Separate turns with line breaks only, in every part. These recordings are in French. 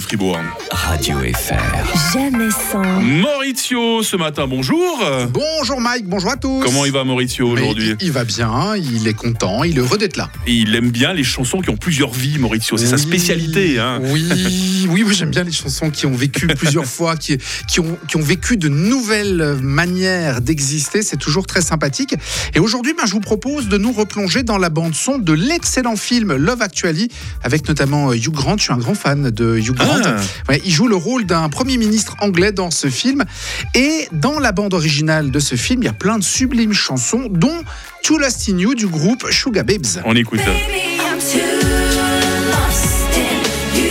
Fribourg.
Radio FR.
Jamais sans.
Maurizio, ce matin, bonjour.
Bonjour Mike, bonjour à tous.
Comment il va Maurizio
Mais
aujourd'hui
il, il va bien, il est content, il est heureux d'être là.
Il aime bien les chansons qui ont plusieurs vies, Maurizio. C'est sa
Oui,
spécialité. hein.
Oui, oui, oui, j'aime bien les chansons qui ont vécu plusieurs fois, qui, qui, ont, qui ont vécu de nouvelles manières d'exister. C'est toujours très sympathique. Et aujourd'hui, ben, je vous propose de nous replonger dans la bande son de l'excellent film Love Actually, avec notamment euh, Hugh Grant. Je suis un grand fan de Hugh Grant.
Ah.
Ouais, il joue le rôle d'un premier ministre anglais dans ce film. Et dans la bande originale de ce film, il y a plein de sublimes chansons, dont To Last in You du groupe Sugar Babes.
On écoute.
Baby, I'm too lost in you.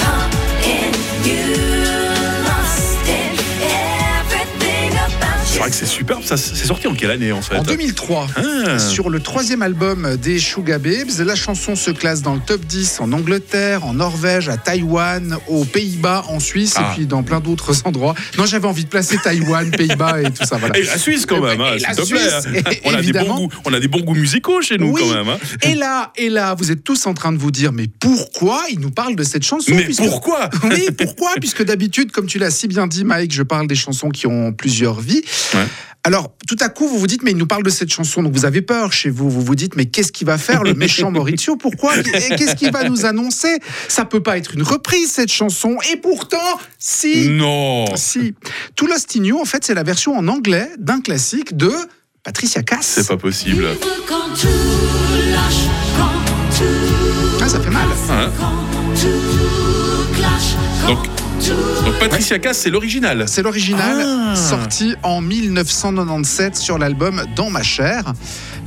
Come in, you lost in everything about
C'est
you.
vrai que c'est superbe. Ça, c'est sorti en quelle année en fait
En 2003,
Ah.
sur le troisième album des Suga Babes, la chanson se classe dans le top 10 en Angleterre, en Norvège, à Taïwan, aux Pays-Bas, en Suisse
Ah.
et puis dans plein d'autres endroits. Non, j'avais envie de placer Taïwan, Pays-Bas et tout ça. Voilà.
Et la Suisse quand même,
Et
hein,
la
s'il te plaît.
Suisse,
hein. On a, des bons
évidemment.
goûts, on a des bons goûts musicaux chez nous
Oui.
quand même. hein.
Et là, et là, vous êtes tous en train de vous dire, mais pourquoi il nous parle de cette chanson
Mais
puisque-
pourquoi
Oui, pourquoi Puisque d'habitude, comme tu l'as si bien dit, Mike, je parle des chansons qui ont plusieurs vies.
Ouais.
Alors, tout à coup, vous vous dites, mais il nous parle de cette chanson, donc vous avez peur chez vous. Vous vous dites, mais qu'est-ce qu'il va faire le méchant Maurizio Pourquoi Et Qu'est-ce qu'il va nous annoncer Ça peut pas être une reprise, cette chanson. Et pourtant, si.
Non.
Si. To Lost in You, en fait, c'est la version en anglais d'un classique de Patricia Cass.
C'est pas possible.
Quand tout lâche, quand tout
Ah, ça fait mal.
Hein
quand tout clash, quand
Donc-
tout
Donc Patricia Cass, c'est l'original.
C'est l'original,
Ah.
sorti en 1997 sur l'album Dans ma chair.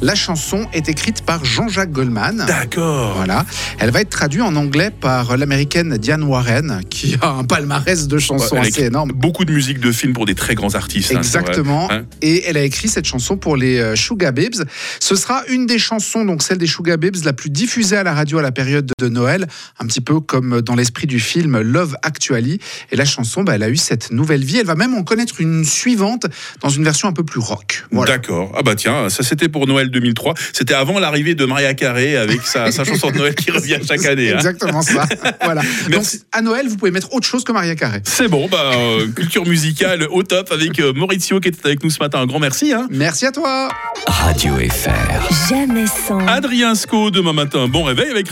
La chanson est écrite par Jean-Jacques Goldman.
D'accord.
Voilà. Elle va être traduite en anglais par l'américaine Diane Warren, qui a un palmarès de chansons
Elle a
assez
écrit
énorme.
Beaucoup de musique de films pour des très grands artistes. hein, c'est vrai.
Exactement.
Hein
Et elle a écrit cette chanson pour les euh, Suga Babes. Ce sera une des chansons, donc celle des Suga Babes, la plus diffusée à la radio à la période de Noël, un petit peu comme euh, dans l'esprit du film Love Actually. Et la chanson, bah, elle a eu cette nouvelle vie. Elle va même en connaître une suivante dans une version un peu plus rock. Voilà.
D'accord. Ah bah tiens, ça c'était pour Noël 2003. C'était avant l'arrivée de Maria Carré avec sa, sa chanson de Noël qui revient chaque année. hein.
Exactement ça. voilà. Donc
Merci.
à Noël, vous pouvez mettre autre chose que Maria Carré.
C'est bon, bah euh, culture musicale au top avec euh, Maurizio qui était avec nous ce matin. Un grand merci. hein.
Merci à toi.
Radio FR.
Jamais sans.
Adrien Sco demain matin. Bon réveil avec